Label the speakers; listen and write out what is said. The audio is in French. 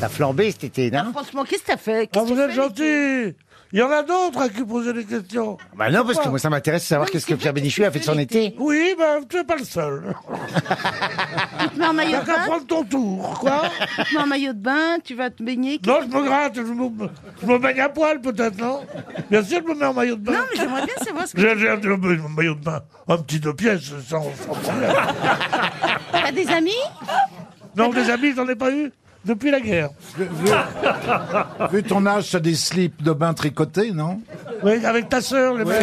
Speaker 1: T'as flambé cet été, non
Speaker 2: Franchement, qu'est-ce que t'as fait
Speaker 3: Ah,
Speaker 2: Qu'est-ce que
Speaker 3: vous
Speaker 2: tu
Speaker 3: êtes
Speaker 2: fais
Speaker 3: gentil Il y en a d'autres à qui poser des questions.
Speaker 1: Bah non, parce que
Speaker 3: Pourquoi
Speaker 1: moi, ça m'intéresse de savoir
Speaker 2: Non,
Speaker 1: qu'est-ce que
Speaker 2: mais
Speaker 1: Pierre
Speaker 2: c'est
Speaker 1: Bénichou a fait de son été.
Speaker 3: Oui, ben, tu n'es pas le seul.
Speaker 2: Hein Tu te mets en maillot
Speaker 3: T'as
Speaker 2: de
Speaker 3: qu'à
Speaker 2: bain,
Speaker 3: prendre ton tour, quoi.
Speaker 2: tu te mets en maillot de bain, tu vas te baigner.
Speaker 3: Non, je me gratte, je me, je me baigne à poil, peut-être, non Bien sûr, je me mets en maillot de bain.
Speaker 2: Non, mais j'aimerais bien savoir ce que
Speaker 3: J'ai j'ai un, un maillot de bain, un petit deux pièces, sans, sans problème.
Speaker 2: t'as des amis
Speaker 3: Non, des amis, j'en ai pas eu depuis la guerre.
Speaker 4: Vu ton âge, t'as des slips de bain tricotés, non
Speaker 3: Oui, avec ta sœur, les mecs.